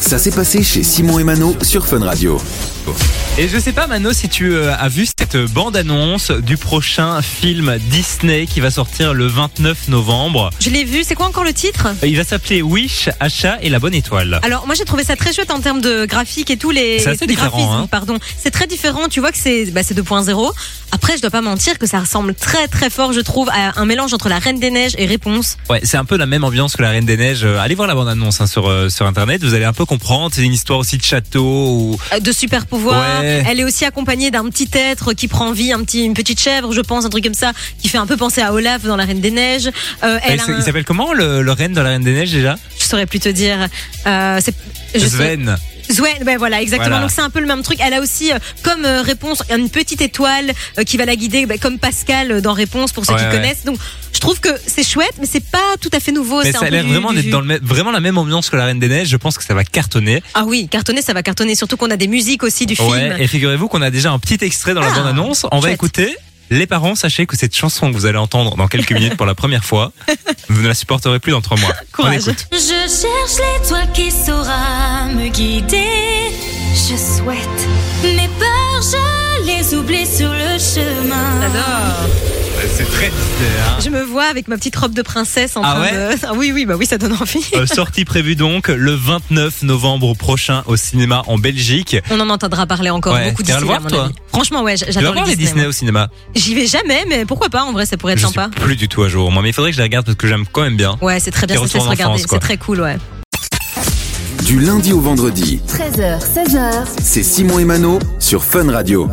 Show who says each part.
Speaker 1: Ça s'est passé chez Simon et Mano sur Fun Radio.
Speaker 2: Et je sais pas, Mano, si tu euh, as vu cette euh, bande-annonce du prochain film Disney qui va sortir le 29 novembre.
Speaker 3: Je l'ai vu, c'est quoi encore le titre
Speaker 2: Euh, Il va s'appeler Wish, Achat et la bonne étoile.
Speaker 3: alors moi j'ai trouvé ça très chouette en termes de graphique et tous les
Speaker 2: C'est assez
Speaker 3: les
Speaker 2: différent,
Speaker 3: graphismes,
Speaker 2: hein.
Speaker 3: pardon. C'est très différent, tu vois que c'est bah, c'est 2.0. Après je dois pas mentir que ça ressemble très très fort je trouve à un mélange entre la Reine des Neiges et Réponse.
Speaker 2: Ouais, c'est un peu la même ambiance que la Reine des Neiges. Euh, Allez voir la bande-annonce hein, sur, euh, sur Internet, vous allez un peu comprendre. C'est une histoire aussi de château. Ou...
Speaker 3: Euh, De super pouvoirs.
Speaker 2: Ouais.
Speaker 3: Elle est aussi accompagnée d'un petit être qui prend vie, un petit, une petite chèvre je pense, un truc comme ça qui fait un peu penser à Olaf dans la Reine des Neiges. Euh,
Speaker 2: Ouais,
Speaker 3: elle a
Speaker 2: Eh, c'est-
Speaker 3: un-
Speaker 2: Il s'appelle comment le, le reine de la Reine des Neiges déjà
Speaker 3: je saurais plus te dire. Euh, c'est- je saurais-
Speaker 2: Sven.
Speaker 3: Zwen, ben voilà, exactement.
Speaker 2: Voilà.
Speaker 3: Donc c'est un peu le même truc. Elle a aussi euh, comme euh, réponse une petite étoile euh, qui va la guider, ben, comme Pascal euh, dans réponse pour ceux
Speaker 2: Ouais,
Speaker 3: qui
Speaker 2: ouais.
Speaker 3: connaissent. Donc je trouve que c'est chouette, mais c'est pas tout à fait nouveau.
Speaker 2: Mais
Speaker 3: c'est un
Speaker 2: ça a
Speaker 3: peu
Speaker 2: l'air
Speaker 3: du-
Speaker 2: vraiment
Speaker 3: du
Speaker 2: d'être
Speaker 3: jus.
Speaker 2: dans le même- vraiment la même ambiance que la Reine des Neiges. Je pense que ça va cartonner.
Speaker 3: Ah oui, cartonner, ça va cartonner. Surtout qu'on a des musiques aussi du
Speaker 2: Ouais,
Speaker 3: film.
Speaker 2: et figurez-vous qu'on a déjà un petit extrait dans la
Speaker 3: Ah,
Speaker 2: bande-annonce. On va
Speaker 3: chouette.
Speaker 2: écouter. Les parents, sachez que cette chanson que vous allez entendre dans quelques minutes pour la première fois, vous ne la supporterez plus dans trois mois.
Speaker 3: Courage.
Speaker 2: On écoute.
Speaker 4: Je cherche l'étoile qui saura me guider. Je souhaite mes peurs, je les oublie sur le chemin.
Speaker 2: C'est très
Speaker 3: Je me vois avec ma petite robe de princesse en
Speaker 2: Ah
Speaker 3: train
Speaker 2: ouais Euh.
Speaker 3: de. Ah oui, oui, bah oui, ça donne envie.
Speaker 2: sortie prévue donc le 29 novembre prochain au cinéma en Belgique.
Speaker 3: On en entendra parler encore
Speaker 2: Ouais,
Speaker 3: beaucoup
Speaker 2: t'iras
Speaker 3: d'ici
Speaker 2: le voir,
Speaker 3: là, à mon
Speaker 2: toi
Speaker 3: avis. Franchement, ouais, j-
Speaker 2: Tu vas
Speaker 3: j'adore
Speaker 2: voir les Disney
Speaker 3: moi.
Speaker 2: au cinéma
Speaker 3: J'y vais jamais, mais pourquoi pas En vrai, ça pourrait être
Speaker 2: Je
Speaker 3: sympa.
Speaker 2: suis plus du tout à jour, moi, mais il faudrait que je les regarde parce que j'aime quand même bien.
Speaker 3: Ouais, c'est très bien,
Speaker 2: Des
Speaker 3: ça se
Speaker 2: retours
Speaker 3: laisse
Speaker 2: en
Speaker 3: regarder.
Speaker 2: enfance, quoi.
Speaker 3: C'est très cool, ouais.
Speaker 1: Du lundi au vendredi,
Speaker 5: 13h, 16h,
Speaker 1: c'est Simon et Mano sur Fun Radio.